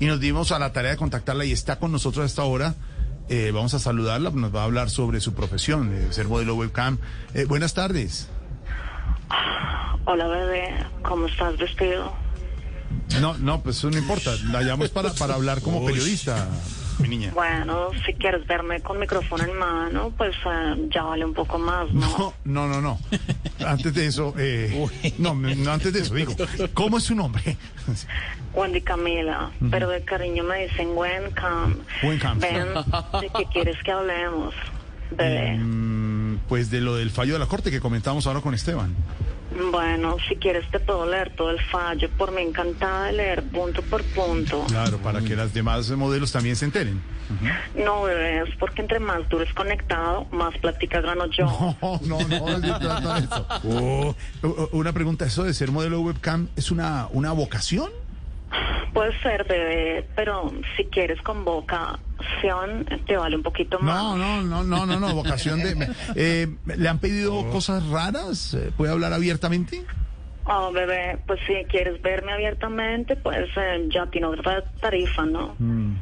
y nos dimos a la tarea de contactarla y está con nosotros hasta ahora. Eh, vamos a saludarla, nos va a hablar sobre su profesión, eh, ser modelo webcam. Eh, buenas tardes. Hola bebé, ¿cómo estás vestido? No, no, pues eso no importa. La llamamos para, para hablar como periodista, mi niña. Bueno, si quieres verme con micrófono en mano, pues eh, ya vale un poco más, ¿no? No, no, no, no. Antes de eso, eh, no, no, antes de eso, digo, ¿cómo es su nombre? Wendy Camila, pero de cariño me dicen Wencam. Wencam. Ven, ¿de qué quieres que hablemos, bebé? Mm, Pues de lo del fallo de la corte que comentamos ahora con Esteban. Bueno, si quieres te puedo leer todo el fallo, por mí encantada de leer punto por punto. Claro, para que las demás modelos también se enteren. No, bebé, es porque entre más dures conectado, más plática gano yo. No, no, no, no trata de eso. Oh. U- u- Una pregunta, ¿eso de ser modelo webcam es una, una vocación? Puede ser, bebé, pero si quieres con vocación, te vale un poquito más. No, no, no, no, no, no, vocación de... eh, ¿Le han pedido cosas raras? Eh, ¿Puede hablar abiertamente? Oh, bebé, pues si quieres verme abiertamente, pues eh, ya tiene otra tarifa, ¿no? Mm.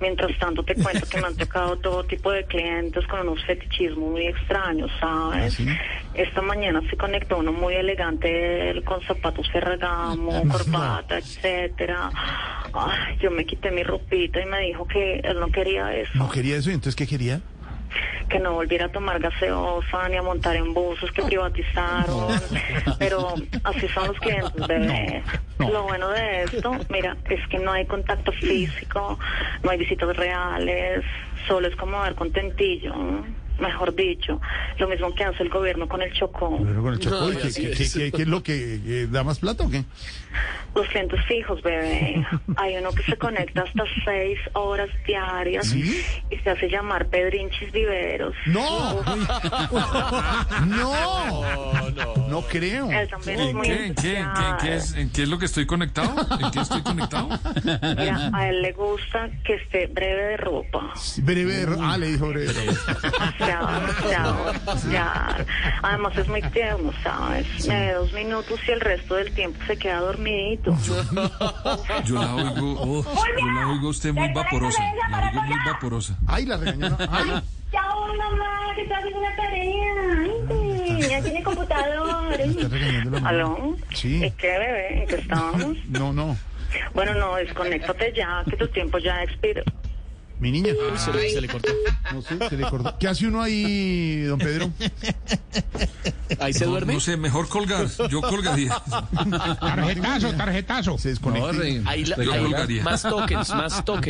Mientras tanto, te cuento que me han tocado todo tipo de clientes con unos fetichismos muy extraños, ¿sabes? ¿Ah, sí? Esta mañana se conectó uno muy elegante, él con zapatos de regamo, corbata, etcétera. Ay, yo me quité mi ropita y me dijo que él no quería eso, ¿No quería eso? ¿Y entonces qué quería? que no volviera a tomar gaseosa ni a montar en buses que privatizaron. Pero así son los clientes, bebé. No, no. Lo bueno de esto, mira, es que no hay contacto físico, no hay visitas reales, solo es como dar contentillo. ¿no? Mejor dicho, lo mismo que hace el gobierno con el Chocó. Pero con el Chocó, No, ¿y ¿qué, así qué- es. qué- qué es lo que eh, da más plata o qué? Los clientes fijos, bebé. Hay uno que se conecta hasta seis horas diarias ¿Sí? y se hace llamar Pedrinchis Viveros. ¡No! ¡No! No, no. No creo. Él también es ¿En muy qué? ¿En qué? ¿En qué? ¿En qué es, en qué es lo que estoy conectado? ¿En qué estoy conectado? Mira, a él le gusta que esté breve de ropa. Breve, ah, le dijo breve. Demasiado, demasiado, ya. Además es muy tierno, ¿sabes? Me da dos minutos y el resto del tiempo se queda dormidito. Yo la oigo, yo la oigo a usted muy vaporosa. La oigo muy vaporosa. Ay, la regañaron. Ay, Chao, mamá, que tú haces una tarea. Ay, ya tiene computador. me está regañando la mamá. ¿Aló? Sí. ¿En qué, bebé? ¿En qué estamos? No, no. Bueno, no, desconéctate ya, que tu tiempo ya expiró. Mi niña. Se le, se le cortó. No sé, se le cortó. ¿Qué hace uno ahí, don Pedro? Ahí se No, duerme. no sé, mejor colgar. Yo colgaría. Tarjetazo, tarjetazo. Se desconecta. Ahí, la- Yo ahí colgaría. más tokens, más tokens.